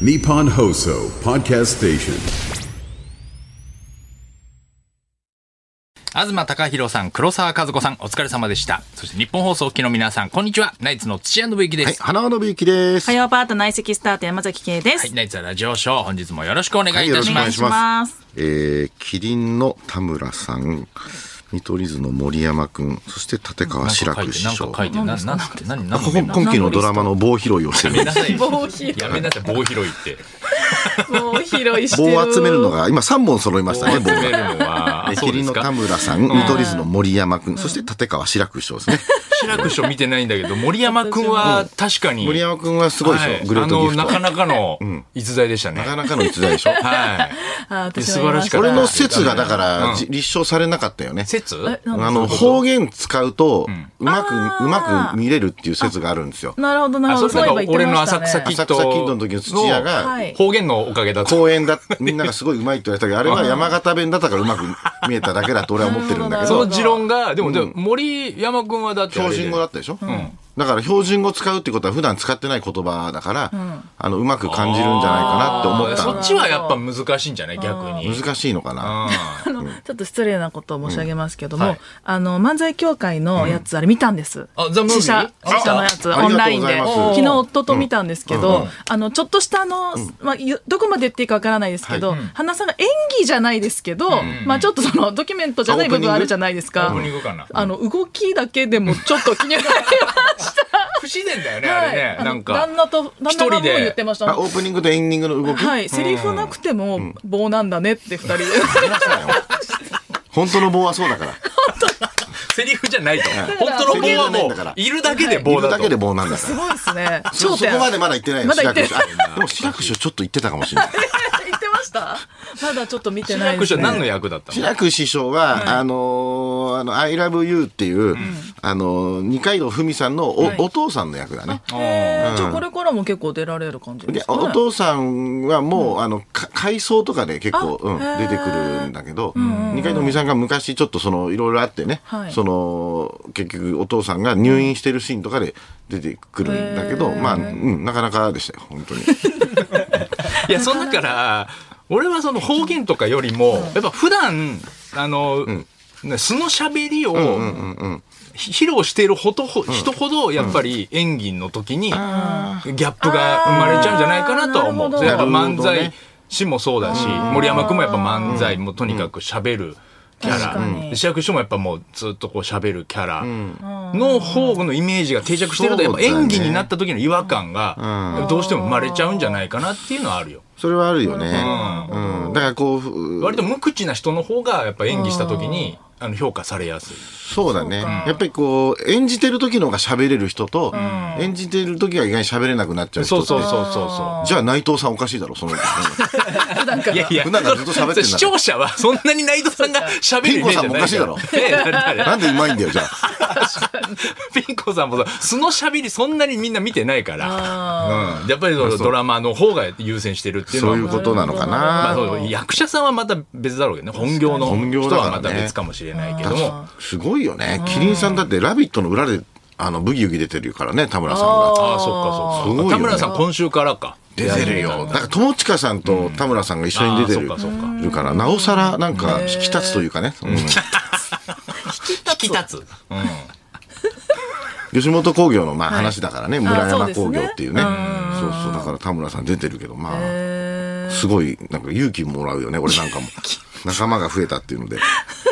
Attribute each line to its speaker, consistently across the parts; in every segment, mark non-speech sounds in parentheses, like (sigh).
Speaker 1: Nippon Hoso Podcast Station.
Speaker 2: 東貴博さん、黒沢和子さん、お疲れ様でした。そして日本放送機の皆さん、こんにちは。ナイツの土屋信之で
Speaker 3: はい、
Speaker 2: す。は
Speaker 3: 花輪信之です。
Speaker 4: 火曜パート内席スタート山崎圭で
Speaker 2: い、
Speaker 4: す。
Speaker 2: ナイツはラジオショー、本日もよろしくお願いいたし
Speaker 4: お
Speaker 2: ま
Speaker 4: 願
Speaker 2: す。
Speaker 4: いします。
Speaker 3: えー、キリンの田村さん、見取り図の森山くん、そして立川志らく師
Speaker 2: なんか
Speaker 3: 匠。
Speaker 2: 書いて、なんか書いて、なんなんて、何、何、
Speaker 3: ここ今期のドラマの棒拾いをしてる。
Speaker 4: 棒拾い
Speaker 2: やめなさい、棒拾いって。
Speaker 4: もう広いして
Speaker 3: 棒
Speaker 4: る。
Speaker 3: を集めるのが、今3本揃いましたね、棒
Speaker 2: める
Speaker 3: が。
Speaker 2: のは、あ
Speaker 3: で
Speaker 2: そ
Speaker 3: キ
Speaker 2: うで
Speaker 3: リン
Speaker 2: す
Speaker 3: の
Speaker 2: か
Speaker 3: 田。村さん、見取り図の森山くん、そして立川志らく師匠ですね。
Speaker 2: 白くしょ見てないんだけど、森山くんは確かに。
Speaker 3: 森山くんはすごいでしょ、
Speaker 2: はい
Speaker 3: グレー
Speaker 2: あ
Speaker 3: トギ
Speaker 2: の、
Speaker 3: フ
Speaker 2: な
Speaker 3: ト。
Speaker 2: か
Speaker 3: な
Speaker 2: なかの逸材でしたね。
Speaker 3: かなかの逸材でしょ。
Speaker 2: はい。
Speaker 4: あ私
Speaker 2: 素晴らしかった
Speaker 3: 俺
Speaker 4: もいま
Speaker 3: の説がだから、じ立証されなかったよね。
Speaker 2: 説
Speaker 4: えなん
Speaker 3: あの、方言使うと、うまく、うまく見れるっていう説があるんですよ
Speaker 4: し。たなるほどなるほど。
Speaker 2: あそういえば
Speaker 4: そういえば言って
Speaker 2: 俺の
Speaker 4: ました
Speaker 2: 浅
Speaker 4: ね
Speaker 2: 草キッ
Speaker 3: 浅草キッドの時の土屋が、
Speaker 4: はい
Speaker 2: 方言のおかげだと。
Speaker 3: 公園だ、みんながすごいうまいって言われたけど、あれは山形弁だったからうまく見えただけだと俺は思ってるんだけ
Speaker 2: そ
Speaker 3: ど
Speaker 2: の、持論が、でも、でも森山くんはだってあれ
Speaker 3: 標
Speaker 2: で。
Speaker 3: 準語だったでしょ、だから標準語使うってことは普段使ってない言葉だから、あの、うまく感じるんじゃないかなって思った
Speaker 2: そっ
Speaker 3: の
Speaker 2: ちはやっぱ難しいんじゃない逆に。
Speaker 3: 難しいのかな
Speaker 4: あのちょっと失礼なことを申し上げますけども、
Speaker 2: うんはい
Speaker 4: あの漫才協会のやつあれ見たんです。
Speaker 2: あザムービー
Speaker 4: 自社
Speaker 2: あ
Speaker 4: 自社のやつ
Speaker 3: あ
Speaker 4: オンライン
Speaker 3: あり
Speaker 4: で
Speaker 3: がとうござい
Speaker 2: ます
Speaker 4: 昨日夫と見たんですけど、
Speaker 2: うんうん
Speaker 4: あのちょっとしたあの、まあゆどこまで言っていいかわからないですけど、
Speaker 3: は
Speaker 4: 花さんが演技じゃないですけど、まあちょっとそのドキュメントじゃない部分あるじゃないです
Speaker 2: オ
Speaker 4: か
Speaker 2: ープ。ニングかな。
Speaker 4: あの動きだけでもちょっと気になりまし
Speaker 2: 不自然だよね、
Speaker 4: た。
Speaker 2: あれ
Speaker 4: は
Speaker 2: ね。
Speaker 4: い
Speaker 2: なん
Speaker 4: あ
Speaker 2: か
Speaker 4: の旦。那と旦那がもう言ってました。
Speaker 3: あオープニングとエンディングの動き、
Speaker 4: はい、セリフなくても棒なんだねって
Speaker 3: (laughs)
Speaker 4: 二人で。
Speaker 3: 話さないよ本当の棒はそうだから。
Speaker 2: セリフじゃないと。
Speaker 4: から
Speaker 2: 本当の棒は
Speaker 3: セリフじゃないん
Speaker 2: も
Speaker 3: だから
Speaker 2: う、いるだけで
Speaker 3: い
Speaker 2: 棒
Speaker 3: る
Speaker 2: だ
Speaker 3: だ
Speaker 2: と
Speaker 3: けで。棒なんだか
Speaker 4: す
Speaker 3: ら。
Speaker 4: ごいですね。
Speaker 3: そそこまでまだ言ってないの、
Speaker 4: まだ
Speaker 3: 志
Speaker 4: 言
Speaker 3: らく師匠。あ
Speaker 4: って
Speaker 3: でも志らく師匠ちょっと言ってたかもしれない。
Speaker 4: (laughs) 言ってましたまだちょっと見て
Speaker 2: 志
Speaker 4: な
Speaker 2: ら
Speaker 4: いで
Speaker 2: く師匠
Speaker 4: すね。
Speaker 2: 何の役だった
Speaker 3: 志
Speaker 2: の
Speaker 3: らく師匠は、あのーあの、I love you っていう、あのー、二階堂ふみさんのお,、
Speaker 4: はい
Speaker 3: お父さんの役だね。
Speaker 4: へーじゃあこれからも結構出られる感じで
Speaker 3: で、
Speaker 4: すか
Speaker 3: お
Speaker 4: ね。
Speaker 3: 父さんはもう、あの、か回想とかで結構、うん、
Speaker 4: へー
Speaker 3: 出てくるんだけど、二階堂ふみさんが昔ちょっとその、いろいろあってね、
Speaker 4: はい
Speaker 3: その、結局お父さんが入院してるシーンとかで出てくるんだけど、まあ、うん、なかなかでしたよ、本当に。
Speaker 2: いや、そんだから、俺はその方言とかよりも、やっぱ普段、あの、ね素の喋りを、ひ披露しているほどほ人ほど、やっぱり演技の時に、ギャップが生まれちゃうんじゃないかなとは思
Speaker 4: あ
Speaker 2: う。
Speaker 4: ーなるほど
Speaker 2: やっぱ漫
Speaker 3: なるほどね
Speaker 2: 才師もそうだし、森山君もやっぱ漫才もとにかく喋る。キャ
Speaker 4: 確かに
Speaker 2: ラで主役師匠もやっぱもうずっとこう喋るキャラの方のイメージが定着してるとやっぱ演技になった時の違和感がどうしても生まれちゃうんじゃないかなっていうのはあるよ。
Speaker 3: それはあるよね。うん。だからこうふ、
Speaker 2: 割と無口な人の方がやっぱ演技した時にあの評価されやすい。
Speaker 3: そうだね。やっぱりこう、演じてる時の方が喋れる人と、演じてる時は意外に喋れなくなっちゃう人
Speaker 2: そ
Speaker 3: と
Speaker 2: う
Speaker 3: ね。
Speaker 2: そうそうそうそ
Speaker 3: じゃあ内藤さんおかしいだろ、その。
Speaker 2: う。いやいや
Speaker 3: 普段からずっと喋ってんだ
Speaker 2: 視聴者はそんなに内藤さんが喋るイメージじゃないから。
Speaker 3: ピン子さんもおか
Speaker 2: いやいやいや
Speaker 3: なんでうまいんだよ、じゃ
Speaker 2: (laughs) ピンコさんもそう素の喋りそんなにみんな見てないから。うん。やっぱりそのドラマの方が優先してるってい
Speaker 3: あ。
Speaker 2: うの
Speaker 3: そ
Speaker 2: は。
Speaker 3: ういうことなのか
Speaker 2: まあ
Speaker 3: な。
Speaker 2: そう役者さんはまた別だろうけどね。本業の
Speaker 3: 本業
Speaker 2: 人
Speaker 3: だからね
Speaker 2: はまた別かもしれないけども。
Speaker 3: すごいよね。キリンさんだって、ラビットの裏で、あの、ブギウギ出てるからね、田村さんが。
Speaker 2: ああ、そっかそっ
Speaker 3: すご
Speaker 2: か。
Speaker 3: いよね
Speaker 2: 田村さん今週からか。
Speaker 3: 出てるよ。だから、友近さんと田村さんが一緒に出てる
Speaker 2: あーそっかそっか
Speaker 3: いるから、なおさら、なんか、引き立つというかね。うん
Speaker 2: 引き立つ。うん。
Speaker 3: 吉本興業の、まあ、話だからね、村
Speaker 4: そう
Speaker 3: 山
Speaker 4: ですね
Speaker 3: 興業っていうね。そうそう、だから田村さん出てるけど、まあ。
Speaker 4: え
Speaker 3: すごい、なんか勇気もらうよね、俺なんかも。仲間が増えたっていうので。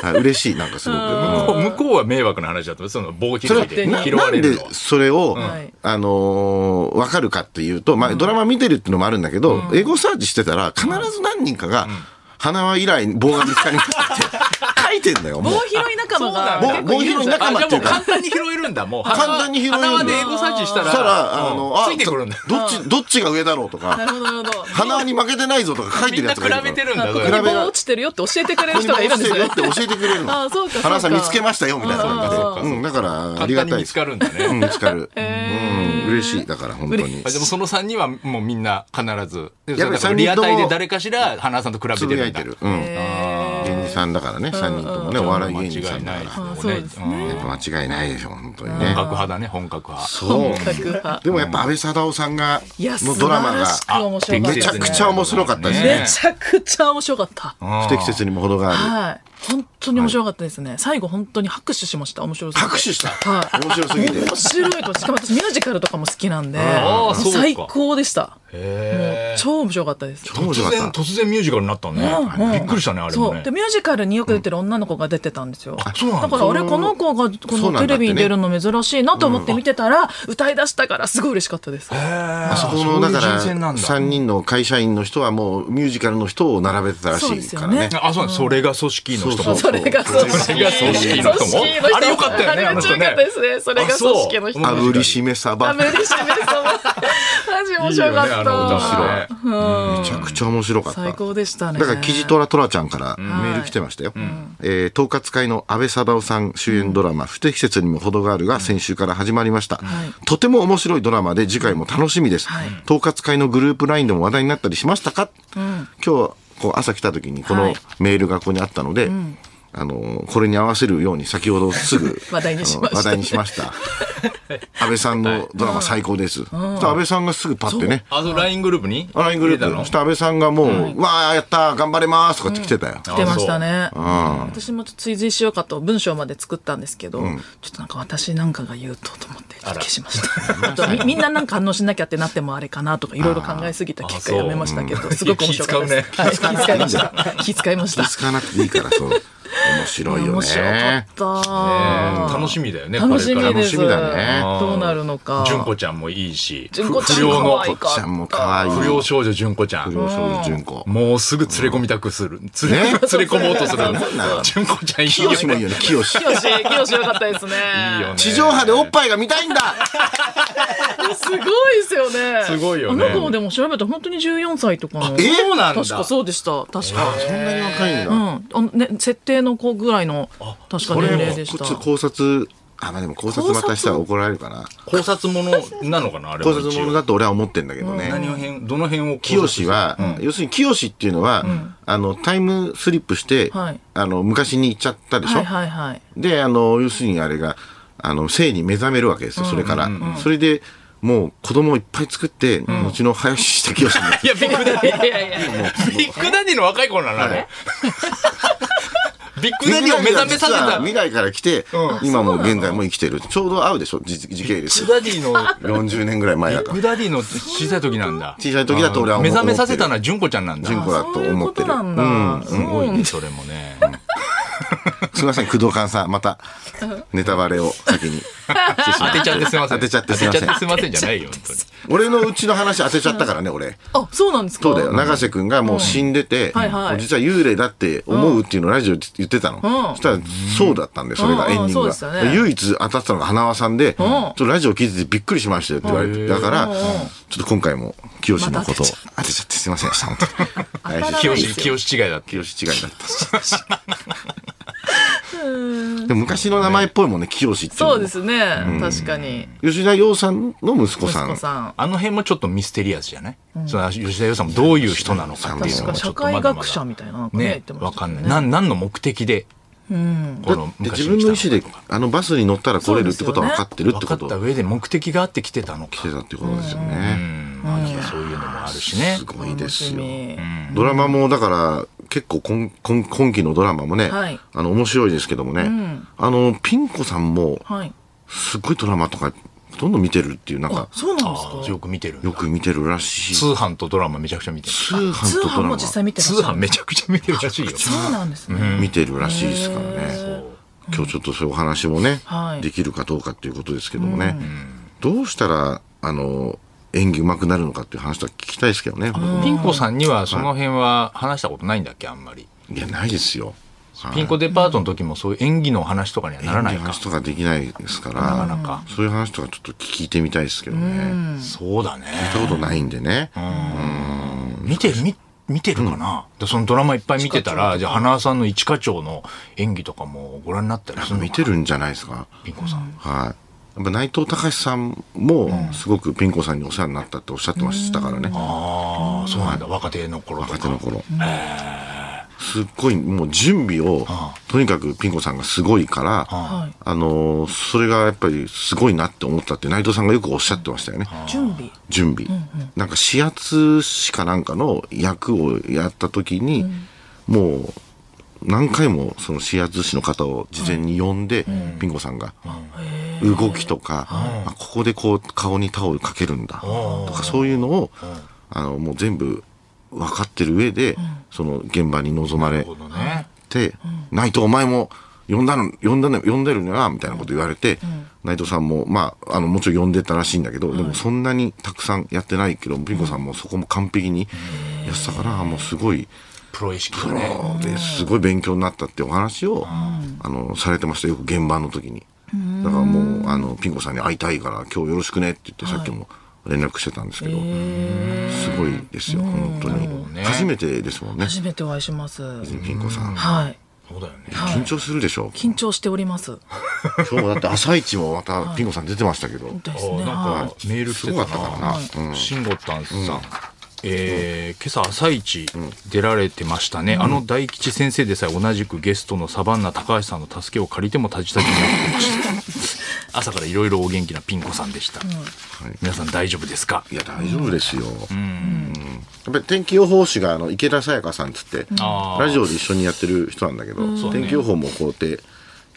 Speaker 3: はい、嬉しい、なんかすごく。うん
Speaker 2: 向こうは迷惑な話だと思うその棒
Speaker 3: そ
Speaker 2: 拾
Speaker 3: れ
Speaker 2: いで
Speaker 3: な
Speaker 2: 拾わ
Speaker 3: な
Speaker 2: れ
Speaker 3: ん
Speaker 2: るのは
Speaker 3: でそれを、
Speaker 4: ん
Speaker 3: あのーわかるかっていうと、まあ、ドラマ見てるってのもあるんだけど、エゴサーチしてたら、必ず何人かが、花輪以来棒が見つかり
Speaker 2: (laughs)
Speaker 3: ましたって書いてんだよ、
Speaker 4: ー、
Speaker 3: もう
Speaker 4: 棒。拾い仲間が
Speaker 3: そうなの棒拾い仲間っていうか
Speaker 2: あじゃあもう簡単に拾えるんだもう
Speaker 3: (laughs) 簡単に拾えるんだ
Speaker 2: 鼻輪でエゴサーチしたら
Speaker 3: そしたら、あの、あ、
Speaker 2: ついてくるんだ
Speaker 3: どっち、どっちが上だろうと
Speaker 4: な
Speaker 3: か、
Speaker 4: るほどなるほど。
Speaker 3: 花輪に負けてないぞとか書い
Speaker 2: み
Speaker 3: て
Speaker 2: ん
Speaker 3: る
Speaker 2: な
Speaker 3: や
Speaker 2: 比
Speaker 3: つがいるから。
Speaker 2: べてるんだ
Speaker 4: あこ
Speaker 2: そ
Speaker 4: こ
Speaker 2: れ
Speaker 4: に
Speaker 3: 比べな
Speaker 4: 棒落ちてるよって教えてくれ
Speaker 3: こ
Speaker 4: る
Speaker 3: こに
Speaker 4: 人がいるんです
Speaker 3: よ
Speaker 4: よ
Speaker 3: っ。て教えてくれるの。
Speaker 4: あそうかそうか
Speaker 3: 花さん見つけましたよ、みたいな感じで。うん、だから、あ
Speaker 2: 簡
Speaker 3: りが
Speaker 2: 単に
Speaker 3: たい
Speaker 2: 見
Speaker 3: で
Speaker 2: つ
Speaker 3: す。
Speaker 2: かるんだ
Speaker 3: (laughs) うん、
Speaker 2: ね
Speaker 3: 見つかる。うん、嬉しい。だから、本当に
Speaker 2: あ。でもその3人はもうみんな必ず
Speaker 3: や
Speaker 2: それ
Speaker 3: っぱり
Speaker 2: だから
Speaker 3: 三人
Speaker 2: リア
Speaker 3: とも
Speaker 2: タイで誰かしら花輪さんと比べ
Speaker 3: つ
Speaker 2: て
Speaker 3: ぶや
Speaker 2: るん
Speaker 3: い
Speaker 2: だ
Speaker 3: てる。うん。芸人さんだからね、3人ともね、お笑い芸人さんだか
Speaker 2: 間違いな
Speaker 3: ら。
Speaker 2: いです
Speaker 4: そう
Speaker 2: ね
Speaker 4: ですね
Speaker 3: やっぱ間違いないでしょ、本当に
Speaker 2: 本
Speaker 3: ね。
Speaker 2: 格派だね本格派
Speaker 3: そう。
Speaker 4: 本格派
Speaker 3: でもやっぱ安倍貞夫さんが、
Speaker 4: いや
Speaker 3: のドラマが、
Speaker 4: 素晴らしく面白かった
Speaker 3: めちゃくちゃ面白かったです
Speaker 4: めちゃくちゃ面白かった。
Speaker 3: 不適切にも程がある。
Speaker 4: はい。本当に面白かったですね。最後本当に拍手しました。面白すぎて。
Speaker 3: 拍手した
Speaker 4: はい。
Speaker 3: 面白すぎて
Speaker 4: 面白いと。しかも私ミュージカルとかも好きなんで、
Speaker 2: ああそうか
Speaker 4: 最高でした。もう
Speaker 2: へ
Speaker 4: 超面白かったです。
Speaker 3: 面
Speaker 2: 突
Speaker 3: 白か
Speaker 2: 然
Speaker 3: った。
Speaker 2: 突然ミュージカルになった
Speaker 4: うんう
Speaker 2: ね
Speaker 4: ん
Speaker 2: びっくりしたねあれも
Speaker 4: そ
Speaker 2: ね
Speaker 4: う。で、ミュージカルによく出てる女の子が出てたんですよ。
Speaker 2: そうなんだ
Speaker 4: だから、あれ、この子がこ
Speaker 3: そうなんだってね
Speaker 4: のテレビに出るの珍しいなと思って見てたら、歌い出したからすごい嬉しかったです。
Speaker 2: あ
Speaker 3: あそこの、だから、3
Speaker 2: 人
Speaker 3: 人の会社員の人はもうミュージカルの人を並べてたらしいからね。
Speaker 2: あそうなんですそれが組織の人
Speaker 3: そう
Speaker 4: それが組織
Speaker 2: それが組織の人も
Speaker 4: 組織の
Speaker 2: あれ良かったよね
Speaker 4: あれ
Speaker 2: あの
Speaker 4: めっち
Speaker 2: 人
Speaker 4: ゃ
Speaker 2: ね
Speaker 4: 良かったですね。それが組織の人
Speaker 2: あ。そう
Speaker 3: 炙りしめさば。
Speaker 4: あ、無
Speaker 3: め
Speaker 4: 理しめそう。マジ面白かった。
Speaker 2: いいよねあの歌は
Speaker 3: ちゃくちゃ面白かった。
Speaker 4: 最高でしたね。
Speaker 3: だから、キジトラトラちゃんからメール来てましたよ。えー統括会の安倍貞夫さん主演ドラマ、不適切にも程があるが先週から始まりました。とても面白いドラマで次回も楽しみです。統括会のグループラインでも話題になったりしましたか、今日、こう朝来た時にこ
Speaker 4: は
Speaker 3: の
Speaker 4: い
Speaker 3: メールがここにあったので、あのー、これに合わせるように先ほどすぐ
Speaker 4: (laughs) 話題にしま
Speaker 3: あ
Speaker 4: したね
Speaker 3: の話題にしま
Speaker 4: (laughs)
Speaker 3: した。安倍さんのドラマ最高です。そしたら安倍さんがすぐパッてね、
Speaker 2: あの LINE グループに
Speaker 3: アライングルー
Speaker 2: 入れ
Speaker 3: プ
Speaker 2: た
Speaker 3: の下安倍さんがもう、わあやったー頑張れますとかって来てたよ、
Speaker 4: 来てましたね。私もちょっと追随しようかと文章まで作ったんですけど、ちょっとなんか私なんかが言うとと思って (laughs) ちょっと消しました。あとみみんななんか反応しなきゃってなってもあれかなとかいろいろ考えすぎた結
Speaker 2: あ
Speaker 4: 果
Speaker 2: ー
Speaker 4: やめましたけど、すごく面白かったです。
Speaker 2: 気
Speaker 4: はい気遣いました。気遣いまし
Speaker 3: 気
Speaker 4: た。
Speaker 3: 使わなくていいからそう面白いよね
Speaker 4: 面白かった。
Speaker 2: 楽しみだよね
Speaker 4: 楽し
Speaker 2: これから
Speaker 4: みで
Speaker 2: も
Speaker 3: 楽し
Speaker 4: す。
Speaker 3: みだね
Speaker 4: どうなるのか。
Speaker 2: 純子ちゃんもいいし
Speaker 4: 純子ちゃん
Speaker 2: 不良の
Speaker 4: 可愛い
Speaker 3: ちゃんも可愛い
Speaker 2: 不
Speaker 3: 不
Speaker 2: 良
Speaker 3: 良
Speaker 2: 少女純子ちゃん
Speaker 3: 少女純子
Speaker 2: もうすぐ連れ込みたくする。連れ,、
Speaker 3: ね
Speaker 2: 連れ込もうとする
Speaker 3: そうそうそう。
Speaker 2: 純子ちゃんいいよ
Speaker 3: 清もいい
Speaker 2: ね。
Speaker 3: よね清
Speaker 4: きよし、きよしよかったですね。
Speaker 2: いいよね。
Speaker 3: 地上波でおっぱいが見たいんだ
Speaker 4: すごいですよね。
Speaker 2: すごいよね
Speaker 4: あの子もでも調べたら本当に14歳とかの。
Speaker 2: えそうなんだ
Speaker 4: 確かそうでした。確か。
Speaker 3: そんなに若いんだ、
Speaker 4: うん。あのね、設定の子ぐらいの、確か
Speaker 3: これ
Speaker 4: 年
Speaker 3: も
Speaker 4: 齢
Speaker 3: こ
Speaker 4: で
Speaker 3: っ
Speaker 4: した。
Speaker 3: ち考察あまあでも考察またしたら怒られるかな
Speaker 2: 考察ものなのかなあれ
Speaker 3: 考
Speaker 2: は
Speaker 3: 察
Speaker 2: 一
Speaker 3: もの
Speaker 2: 応。
Speaker 3: だと俺は思ってんだけどね、
Speaker 2: 何を辺どの辺を考察
Speaker 3: 清は、要するに清っていうのは、あのタイムスリップして、
Speaker 4: はい
Speaker 3: あの昔に行っちゃったでしょ、
Speaker 4: はいはいはい。
Speaker 3: であの要するにあれがあの性に目覚めるわけですよ、それから、それでもう子供をいっぱい作って、後の林下清にな
Speaker 2: (laughs)
Speaker 3: っ
Speaker 2: いやビッグダディ。
Speaker 4: いやいやいや。
Speaker 2: ビッグダディの若い頃なのあれ。ビッグダディを目覚めさせた。ビ
Speaker 3: 未来から来て、今も現在も生きてるちょうど合うでしょ時時系列
Speaker 2: ッグダディの
Speaker 3: 40年ぐらい前だ
Speaker 2: ビ
Speaker 3: か
Speaker 2: ッグ
Speaker 3: ら
Speaker 2: ダディの小さい時なんだ。
Speaker 3: 小さい時だと俺は思
Speaker 2: 目覚めさせたの
Speaker 3: な
Speaker 2: は純子ちゃんなんだ。
Speaker 3: 純子だと
Speaker 4: そういう
Speaker 3: 思
Speaker 4: こ
Speaker 3: って
Speaker 4: と
Speaker 3: る
Speaker 4: なんだ。すごいね。
Speaker 2: それもね。
Speaker 3: すみません工藤勘さんまたネタバレを先に
Speaker 2: 当てちゃってすいません。
Speaker 3: 当てちゃってすいません
Speaker 2: 当てちゃってすいませんじゃないよ本当に。
Speaker 3: 俺のうちの話当てちゃったからね俺
Speaker 4: あ、そうなんですか
Speaker 3: そうだよ。永瀬君がもう死んでて、
Speaker 4: はいはい
Speaker 3: もう実は幽霊だって思うっていうのをラジオで言ってたの。そしたら、そうだったんで、それが、
Speaker 4: うん
Speaker 3: エンディン
Speaker 4: そう
Speaker 3: グ
Speaker 4: ですよ
Speaker 3: が。
Speaker 4: ね
Speaker 3: 唯一当たってたのが花輪さんで、ちょっとラジオ聞いててびっくりしましたよって言われて、だから、ちょっと今回も、清のことを当てちゃってすいませんでした、本
Speaker 4: (laughs)
Speaker 3: 当に。
Speaker 4: 当たらない
Speaker 2: 清
Speaker 4: です
Speaker 2: 志清
Speaker 4: よ
Speaker 2: 志違いだって。
Speaker 3: 清志違いだった。でも昔の名前っぽいもんね、清志っていうのも。
Speaker 4: そうですね。確かに。
Speaker 3: 吉田洋さんの息子さ
Speaker 4: 息
Speaker 3: ん
Speaker 4: 子。さん。
Speaker 2: あの辺もちょっとミステリアスじゃない、その吉田洋さんもどういう人なのかっていうの
Speaker 4: 確か
Speaker 2: が
Speaker 4: に
Speaker 2: ちょ
Speaker 4: 社
Speaker 2: っとまだま
Speaker 4: 会
Speaker 2: だ
Speaker 4: 学者みたいななんかね、言っ
Speaker 2: ね
Speaker 4: てました
Speaker 2: わかんない、
Speaker 4: ね
Speaker 2: なん何の目的で、この
Speaker 3: で
Speaker 2: 昔に
Speaker 3: 自分
Speaker 2: 来
Speaker 3: の意
Speaker 2: た
Speaker 3: 思で、あのバスに乗ったら来れるってことは分かってるって
Speaker 2: 分
Speaker 3: こ
Speaker 2: か
Speaker 3: と
Speaker 2: っ
Speaker 3: を
Speaker 2: た上で目的があって来てたの
Speaker 3: 来
Speaker 2: か
Speaker 3: てたってことですよね。
Speaker 2: そういうのもあるしね
Speaker 3: すごいです
Speaker 4: 楽し
Speaker 3: よ。
Speaker 4: み
Speaker 3: ドラマもだから結構今今今期のドラマもね、
Speaker 4: はい
Speaker 3: あの面白いですけどもね、あのピン子さんも
Speaker 4: はい。
Speaker 3: すっごいドラマとかほとんど見てるっていうなん
Speaker 4: あ
Speaker 3: か、
Speaker 4: そうなんです
Speaker 2: あ
Speaker 4: か
Speaker 2: ーよく見てるんだ
Speaker 3: よく見てるらしい
Speaker 2: 通販とドラマめちゃくちゃ見てる
Speaker 3: 通販
Speaker 4: 通
Speaker 3: とド
Speaker 4: 販
Speaker 3: ラ
Speaker 4: も
Speaker 3: マ
Speaker 4: 実際見てらっし
Speaker 2: 通
Speaker 4: ゃる
Speaker 2: 販めちゃくちゃ見てるらしいよ
Speaker 4: そうなんですね。
Speaker 3: 見てるらしいですからね今日ちょっとそういうお話もね、
Speaker 4: はい
Speaker 3: できるかどうかっていうことですけどもね、どうしたらあの演技うまくなるのかっていう話は聞きたいですけどね、僕も
Speaker 2: ピン子さんにはその辺は話したことないんだっけあんまり
Speaker 3: いやないですよはい
Speaker 2: ピン子デパートの時もそういう演技の話とかにはならない
Speaker 3: 演技の
Speaker 2: か
Speaker 3: 話とかできないですから
Speaker 2: なかなか
Speaker 3: そういう話とかちょっと聞いてみたいですけどね
Speaker 2: そうだね
Speaker 3: 聞いたことないんでね
Speaker 2: 見てる、み見てるかな、でそのドラマいっぱい見てたら、じゃあ、花輪さんの一課長の演技とかもご覧になったりするの
Speaker 3: 見てるんじゃないですか
Speaker 2: ピン子さん。
Speaker 3: はいやっぱ内藤隆さんもすごくピン子さんにお世話になったっておっしゃってましたからね
Speaker 2: ああ、そうなんだ。若手の頃と
Speaker 3: 若
Speaker 2: か。
Speaker 3: 手の頃すっごいもう準備を、とにかくピン子さんがすごいから、
Speaker 4: はい
Speaker 3: あのーそれがやっぱりすごいなって思ったって内藤さんがよくおっしゃってましたよね。
Speaker 4: 準備
Speaker 3: 準備、なんか指圧師かなんかの役をやった時に、もう何回もその指圧師の方を事前に呼んで、ピン子さんが、動きとか、あここでこう顔にタオルかけるんだとかそういうのを、あのもう全部分かってる上で、その現場に臨まれ
Speaker 2: ほどね。
Speaker 3: って、内藤お前も呼んだの、呼んだの、呼んでるな、みたいなこと言われて、内藤さんも、まあ、あの、もちろん呼んでたらしいんだけど、でもそんなにたくさんやってないけど、ピン子さんもそこも完璧にやってたから、もうすごい、
Speaker 2: プロ意識
Speaker 3: プ
Speaker 2: が
Speaker 3: ロ
Speaker 2: ね。
Speaker 3: ですごい勉強になったってお話を、あの、されてましたよ、よく現場の時に。だからもう、あの、ピン子さんに会いたいから、今日よろしくねって言って、さっきも連絡してたんですけど、すごいですよ、本当に。
Speaker 2: ね
Speaker 3: 初めてですもんね、
Speaker 4: 初めてお会いします
Speaker 3: ピン子さん。
Speaker 4: はい
Speaker 2: そうだよね。
Speaker 3: 緊張するでしょ
Speaker 4: 緊張しております
Speaker 3: 今日もだって朝一もまたピン子さん出てましたけど、
Speaker 4: です
Speaker 2: あな
Speaker 4: ね
Speaker 2: ん
Speaker 4: は
Speaker 2: かメール来てた
Speaker 3: すごかったか
Speaker 2: な
Speaker 3: らな
Speaker 2: うん慎吾たんさん、えー今朝朝一出られてましたね、あの大吉先生でさえ同じくゲストのサバンナ高橋さんの助けを借りてもたじたじになってました (laughs) 朝からいろいろお元気なピン子さんでした、皆さん大丈夫ですか
Speaker 3: いや大丈夫ですよ、うんやっぱり天気予報士があの池田沙耶香さんっつって、
Speaker 2: あー
Speaker 3: ラジオで一緒にやってる人なんだけど、
Speaker 2: そうね
Speaker 3: 天気予報もこうやって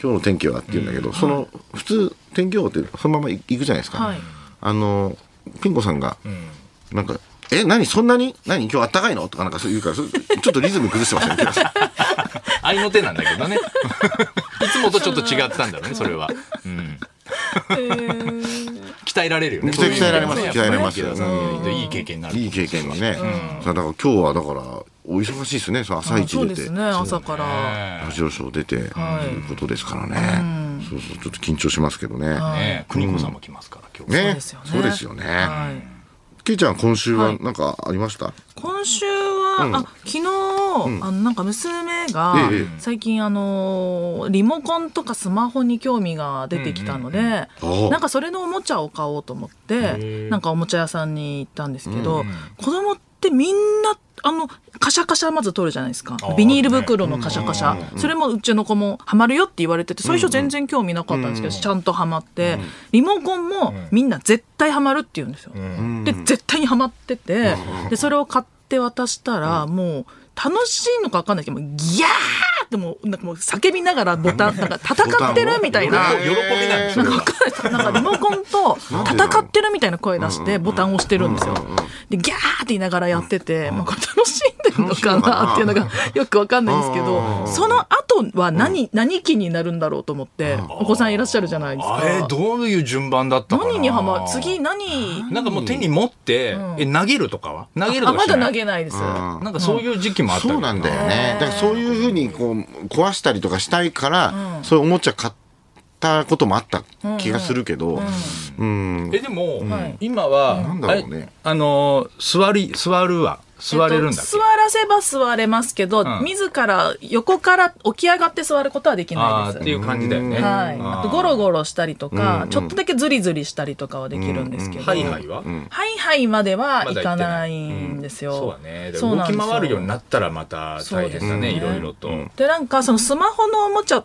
Speaker 3: 今日の天気はって言うんだけど、その普通天気予報ってそのまま行くじゃないですか、
Speaker 4: はい
Speaker 3: あのピン子さんが、なんか「え何そんなに何今日あったかいの?」とかなんかそう言うからそれちょっとリズム崩してましたね池田さん
Speaker 2: 合いの手なんだけどねいつもとちょっと違ったんだろうねそれは、うん、鍛えられるよね
Speaker 3: 鍛え
Speaker 2: そういう意味では
Speaker 3: 鍛えられます
Speaker 2: ね
Speaker 3: 鍛えられます
Speaker 2: やっぱね池田さんいい経験に
Speaker 4: (laughs)
Speaker 2: なる
Speaker 3: いい経験がね、さあだから今日はだからお忙しいですねその朝
Speaker 4: い
Speaker 3: 一
Speaker 4: そう
Speaker 3: 出
Speaker 4: で
Speaker 3: て、
Speaker 4: すね朝から
Speaker 3: ラジオショー出て、ということですからね、そうそうちょっと緊張しますけどね、
Speaker 2: ね邦子さんも来ますから今日
Speaker 4: そう
Speaker 3: ね
Speaker 4: ですよね
Speaker 3: そうですよね、
Speaker 4: はい
Speaker 3: けいちゃん今週
Speaker 4: は
Speaker 3: はい何かありました、
Speaker 4: 今週は、あ昨日、あのなんか娘が
Speaker 3: ええ
Speaker 4: 最近あのーリモコンとかスマホに興味が出てきたので、
Speaker 3: おう
Speaker 4: なんかそれのおもちゃを買おうと思ってなんかおもちゃ屋さんに行ったんですけど、子供ってみんなあのカシャカシャまず取るじゃないですか
Speaker 2: あー
Speaker 4: ビニール袋のカシャカシャ、それもうちの子もハマるよって言われてて最初全然興味なかったんですけど、ちゃんとハマって、リモコンもみんな絶対ハマるって言うんですよ。で絶対にハマってて、でそれを買って渡したら、もう楽しいのか分かんないけどもうギャーってもうなんかもう叫びながらボタンなんか戦ってるみたいな。
Speaker 2: 喜びなんでしょ
Speaker 4: なんかわかんないですなんかリモコンと戦ってるみたいな声出してボタンを押してるんですよ。でギャーって言いながらやってて、まあ、これ楽しんでるのかなっていうのがよくわかんないんですけどその後は何,、何期になるんだろうと思ってお子さんいらっしゃるじゃないですか
Speaker 2: あ。れどういう順番だったかな
Speaker 4: 何にハマ次何
Speaker 2: なんかもう手に持って、え投げるとかは投げる
Speaker 4: あ
Speaker 2: とか
Speaker 4: ま
Speaker 2: し
Speaker 4: だ
Speaker 2: な
Speaker 4: 投
Speaker 2: い
Speaker 4: げないです。
Speaker 2: なんかそういう時期もあったけ
Speaker 3: そ
Speaker 2: ど
Speaker 3: うなんだよねだからそういうふうにこう壊したりとかしたいから、そういうおもちゃ買ったこともあった気がするけど、うん
Speaker 2: えでも、
Speaker 4: はい
Speaker 2: 今は、
Speaker 3: なんだろうね
Speaker 2: ああのー座り座るは座れるんだっ
Speaker 4: え
Speaker 2: け、
Speaker 4: っと座らせば座れますけど、
Speaker 2: ん
Speaker 4: 自ら横から起き上がって座ることはでき
Speaker 2: あー
Speaker 4: ないで
Speaker 2: っ
Speaker 4: す
Speaker 2: ていう感じだよね、
Speaker 4: はい、
Speaker 2: あ
Speaker 4: あとゴロゴロしたりとか、ちょっとだけズリズリしたりとかはできるんですけど、
Speaker 2: はいはいは、
Speaker 4: はいはいまではいかないんですよ。
Speaker 2: そうだねだか
Speaker 4: そう
Speaker 2: ら
Speaker 4: なん
Speaker 2: 動
Speaker 4: です
Speaker 2: き
Speaker 4: よ
Speaker 2: 回るようになったらまた大変だね
Speaker 4: そうですね
Speaker 2: いろいろと、
Speaker 4: でなんかそのスマホのおもちゃ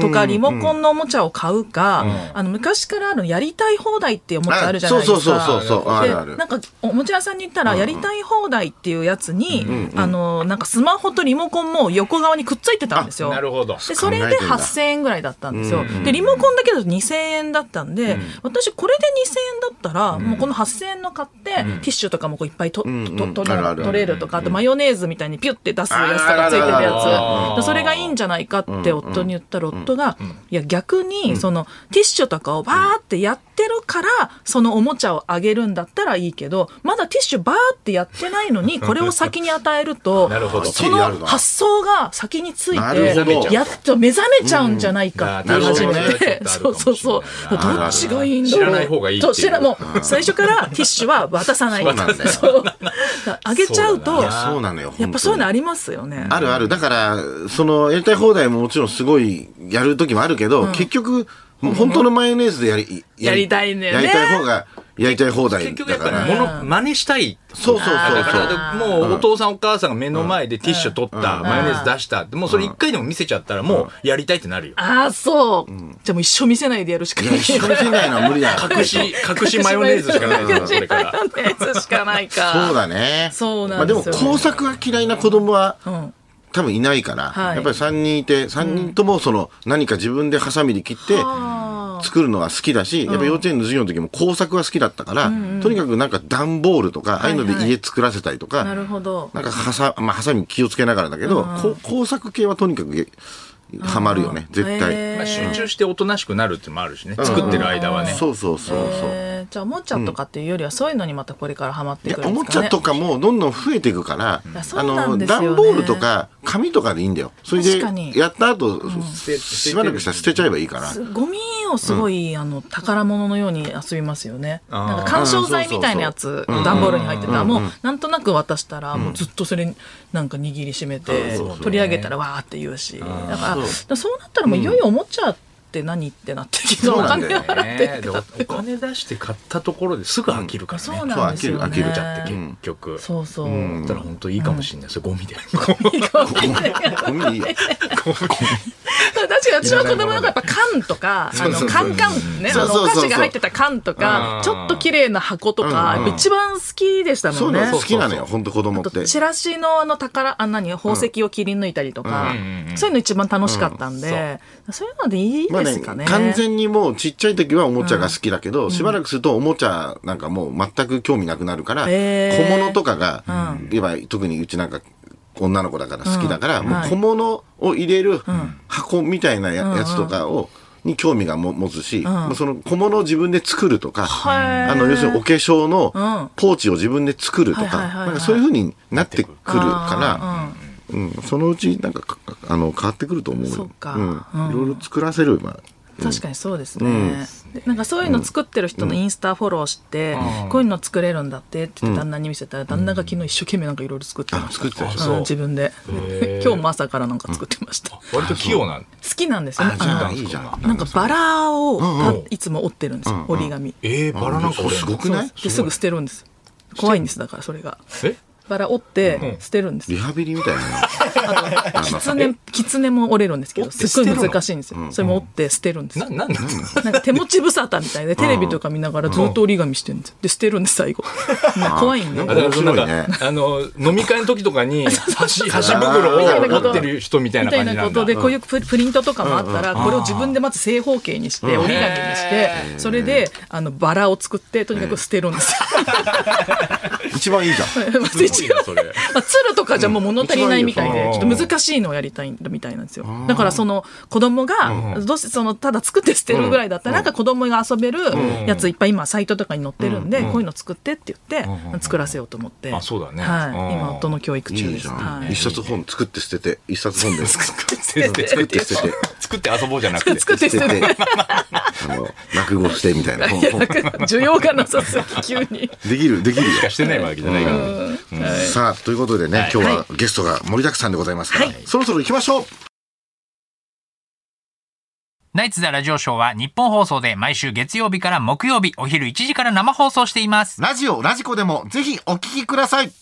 Speaker 4: とかリモコンのおもちゃを買うか、あの昔からあるやりたい放題っていうおもちゃあるじゃないですか。
Speaker 3: そうそうそうそうそうあるあ
Speaker 4: で
Speaker 3: る
Speaker 4: なんかおもちゃ屋さんに行ったらやりたい放題っていうやつに、あのなんかスマホとリモコンも横側にくっついてたんですよ。
Speaker 2: なるほど
Speaker 4: でそれで
Speaker 3: 考えてんだ
Speaker 4: 8000円ぐらいだったんですよ、でリモコンだけだと2000円だったんで、私これで2000円だったら、もうこの8000円の買って、ティッシュとかもこういっぱいと、とと取れ
Speaker 3: あるある
Speaker 4: 取れるとかあとマヨネーズみたいにピュッて出すやつとかついてる
Speaker 3: あるある
Speaker 4: やつ
Speaker 2: ある
Speaker 4: でそれがいいんじゃないかって夫に言ったら夫が、いや逆にそのティッシュとかをバーってやってるからそのおもちゃをあげるんだったらいいけどまだティッシュバーってやってないのにこれを先に与えると
Speaker 2: (laughs) なるほど
Speaker 4: その発想が先につい
Speaker 3: な
Speaker 4: て
Speaker 3: るほど
Speaker 4: やっと目覚めちゃうんじゃないかって
Speaker 2: うん
Speaker 4: 言い始めて、
Speaker 2: なるほど
Speaker 4: そうそうそう
Speaker 2: なるほど
Speaker 4: どっちがいいんだろ
Speaker 2: 知
Speaker 4: う
Speaker 2: らない方がいいっていう
Speaker 4: そう知らもう最初からティッシュは渡さない
Speaker 3: そうなんだよ
Speaker 4: そうあげちゃうと
Speaker 2: そうだ
Speaker 3: いやそうなのよ
Speaker 4: やっぱそういうの
Speaker 3: 本
Speaker 4: ありますよね
Speaker 3: 当にあるあるだからそのやりたい放題ももちろんすごいやる時もあるけど、結局もう本当のマヨネーズでやり、
Speaker 4: やりたいんだよね
Speaker 3: やりたい方が、やりたい放題
Speaker 2: 結局
Speaker 3: だ
Speaker 2: やっ
Speaker 3: か
Speaker 2: ぱ
Speaker 3: ら。
Speaker 2: り物真似したい
Speaker 3: そうそうそう
Speaker 2: だか
Speaker 3: そう。
Speaker 2: らもうお父さんお母さんが目の前でティッシュ取ったマヨネーズ出したってもうそれ一回でも見せちゃったらもうやりたいって
Speaker 4: (laughs)
Speaker 2: なるよ
Speaker 4: ああ、そう。じゃあもう一生見せないでやるしか
Speaker 3: い
Speaker 4: な
Speaker 3: や、
Speaker 4: い。
Speaker 3: 一緒にせないのは無理だ。
Speaker 2: 隠し隠しマヨネーズしかないからこれ
Speaker 4: (laughs)
Speaker 2: から
Speaker 4: 隠しマヨネーズしかないか。
Speaker 3: そうだね。
Speaker 4: そう
Speaker 3: ま
Speaker 4: な
Speaker 3: あ
Speaker 4: ん
Speaker 3: で
Speaker 4: で
Speaker 3: も
Speaker 4: すよね
Speaker 3: 工作が嫌いな子供は、
Speaker 4: ん
Speaker 3: 多分いないから、
Speaker 4: はい
Speaker 3: やっぱり3人いて、3人ともその何か自分でハサミで切って、作るのが好きだし、やっぱ幼稚園の授業の時も工作が好きだったから、とにかくなんか段ボールとか、ああいうの
Speaker 4: はいは
Speaker 3: で
Speaker 4: い
Speaker 3: 家作らせたりとか、
Speaker 4: なるほど。
Speaker 3: なんかはさ、まあ、ハサミ気をつけながらだけど、こう工作系はとにかくハマるよね、絶対。
Speaker 4: へー
Speaker 2: まあ集中しておとなしくなるってのもあるしね作ってる間はね
Speaker 3: そうそうそうそう。
Speaker 4: えーじゃあおもちゃとかっていうよりはそういうのにまたこれからハマっ
Speaker 3: い
Speaker 4: て
Speaker 3: や
Speaker 4: くる
Speaker 3: お
Speaker 4: んで
Speaker 3: も
Speaker 4: す
Speaker 3: ち
Speaker 4: かね。
Speaker 3: ゃとかもどんどん増えていくから、
Speaker 4: いやそ
Speaker 3: あ
Speaker 4: うな
Speaker 3: の
Speaker 4: んですよね
Speaker 3: 段ボールとか紙とかでいいんだよそれで
Speaker 4: 確かに
Speaker 3: やった後、
Speaker 2: て
Speaker 3: しばらくしたら捨てちゃえばいいから (laughs)
Speaker 4: すゴミをすごい、あの宝物のように遊びますよね。
Speaker 2: あー
Speaker 4: なんか緩衝材みたいなやつ、段ボールに入ってたら、もうなんとなく渡したら、もうずっとそれなんか握りしめて、取り上げたらわーって言うし、だからだからそうなったらもういよいよおもちゃって何ってなってきて、
Speaker 3: そう
Speaker 4: お
Speaker 3: なんだ
Speaker 4: 金
Speaker 3: よ
Speaker 4: を
Speaker 3: ね
Speaker 4: 払ってって
Speaker 2: でお
Speaker 4: なって
Speaker 2: お金出して買ったところですぐ飽きるから
Speaker 4: そう
Speaker 2: ね
Speaker 4: なんですよね。
Speaker 3: そう飽きる飽きる
Speaker 2: ちゃって結局
Speaker 4: そうそう。
Speaker 2: だったら本当いいかもしれないそれゴミで
Speaker 3: ゴミでい
Speaker 4: (laughs)
Speaker 3: いよ
Speaker 4: 確かに私は子供の頃やっぱ缶とか、あ
Speaker 3: う
Speaker 4: の、
Speaker 3: そうそう
Speaker 4: 缶缶ね、あ
Speaker 3: そう
Speaker 4: の、
Speaker 3: そ
Speaker 4: お
Speaker 3: うそうそう
Speaker 4: 菓子が入ってた缶と
Speaker 2: う
Speaker 4: か
Speaker 2: ん、
Speaker 4: ちょっと綺麗な箱とか、やっぱ一番好きでした
Speaker 3: そ
Speaker 4: も
Speaker 3: うんな
Speaker 4: ね
Speaker 3: の。好きなのよ本当子供っ
Speaker 4: あ
Speaker 3: て
Speaker 4: とチラシのあの宝、あ、何、宝石を切り抜いたりとか、そういうの一番楽しかったんで、そういうのでいい
Speaker 3: まあ
Speaker 4: で
Speaker 3: ね
Speaker 4: すかね。
Speaker 3: 完全にもうちっちゃい時はおもちゃが好きだけど、しばらくするとおもちゃなんかもう全く興味なくなるから、
Speaker 4: へ
Speaker 3: 小
Speaker 4: ー
Speaker 3: 物とかが、今特にうちなんか女の子だから好きだから、もう小物を入れる箱みたいなや,、つとかを、に興味がも持つし、もうその小物を自分で作るとか、
Speaker 4: ー
Speaker 3: あの、要するにお化粧
Speaker 4: うん
Speaker 3: のポーチを自分で作ると
Speaker 4: はいはいは
Speaker 3: か、
Speaker 4: いはい
Speaker 3: なんかそういう風になってくるから、
Speaker 4: あーうん
Speaker 3: うん、そのうちなんかかかあの変わってくると思うよ。
Speaker 4: そうか
Speaker 3: うん、いろいろ作らせれば。
Speaker 4: 確かにそうですね、でなんかそういうの作ってる人のインスタフォローして、
Speaker 2: うん
Speaker 4: こういうの作れるんだってって言って旦那に見せたら、旦那が昨日一生懸命なんかいろいろ作ってま
Speaker 3: あ
Speaker 4: した
Speaker 3: 作ってた
Speaker 2: そう
Speaker 4: うん自分で
Speaker 2: へー
Speaker 4: (laughs) 今日も朝からなんか作ってました、好
Speaker 2: 割と器用なん
Speaker 4: きなんですよね
Speaker 3: あじゃあ
Speaker 4: の
Speaker 3: いいじゃん
Speaker 4: なんかバラをた
Speaker 2: うん
Speaker 4: いつも折ってるんですよ折り紙
Speaker 2: えー、バラなんか
Speaker 3: それすごくない
Speaker 4: ですぐ捨てるんです怖いんですだからそれが
Speaker 2: え
Speaker 4: バラ折って捨てるんです
Speaker 3: リハビリみたいな。
Speaker 4: キツネキツネも折れるんですけど
Speaker 2: 折って
Speaker 4: すっご
Speaker 2: 捨てる
Speaker 4: い
Speaker 2: の
Speaker 4: 難しいんですよそれも折って捨てるんです
Speaker 2: な、なんなんですか
Speaker 4: なんか手持ち無沙汰みたいで、テレビとか見ながらずっと折り紙してるんですよ。で、捨てるんです、最後。もう怖いんで。
Speaker 3: あ
Speaker 2: あ
Speaker 3: な
Speaker 2: だ
Speaker 3: ん
Speaker 2: か
Speaker 3: 面
Speaker 2: ら
Speaker 3: 白いね
Speaker 2: なんかあの飲み会の時とかに
Speaker 4: (laughs)
Speaker 2: 箸箸袋を持ってる人みたい
Speaker 4: み
Speaker 2: な
Speaker 4: た
Speaker 2: 感
Speaker 4: い
Speaker 2: じ
Speaker 4: な
Speaker 2: な
Speaker 4: こ
Speaker 2: んだ
Speaker 4: とで、こういうププリントとかもあったら、これを自分でまず正方形にして、折り紙にして、それで、あの、バラを作って、とにかく捨てるんです
Speaker 3: 一番いいじゃん。
Speaker 4: よ。 (laughs) まず一応。
Speaker 2: それ
Speaker 4: (laughs) まあ、鶴とかじゃもう物足りないみたい
Speaker 2: うん
Speaker 4: で、
Speaker 2: 一
Speaker 4: ち
Speaker 2: 番い
Speaker 4: ょ
Speaker 2: いよ
Speaker 4: っと難しいのをやりたいみたいなんですよ。だからその子供が、どうしてその、ただ作って捨てるぐらいだったら、なんか子供が遊べるやついっぱい今サイトとかに載ってるんで、こういうの作ってって言って、作らせようと思って。
Speaker 2: あそうだね
Speaker 4: はい
Speaker 2: うん。
Speaker 4: 今、夫の教育中
Speaker 3: いい
Speaker 4: で
Speaker 3: じ
Speaker 4: す。
Speaker 3: ゃ
Speaker 4: は
Speaker 3: ん。
Speaker 4: い
Speaker 3: 一冊本作って捨てて、一冊本で作
Speaker 2: 捨てて
Speaker 3: って捨てて、
Speaker 2: 作って遊ぼうじゃなくて
Speaker 4: (laughs) 作って捨
Speaker 3: 捨
Speaker 4: て
Speaker 3: て
Speaker 4: る。
Speaker 3: て、あの、落語してみたいな本。本
Speaker 4: 需要がなさすぎ、急に。
Speaker 3: できる、できるよ。
Speaker 2: してないわけじゃないから
Speaker 3: さあ、ということでね、今日はゲストが盛りだくさんでございますから、そろそろ行きましょう
Speaker 5: ナイツザラジオショーは日本放送で毎週月曜日から木曜日お昼1時から生放送しています。
Speaker 3: ラジオ、ラジコでもぜひお聞きください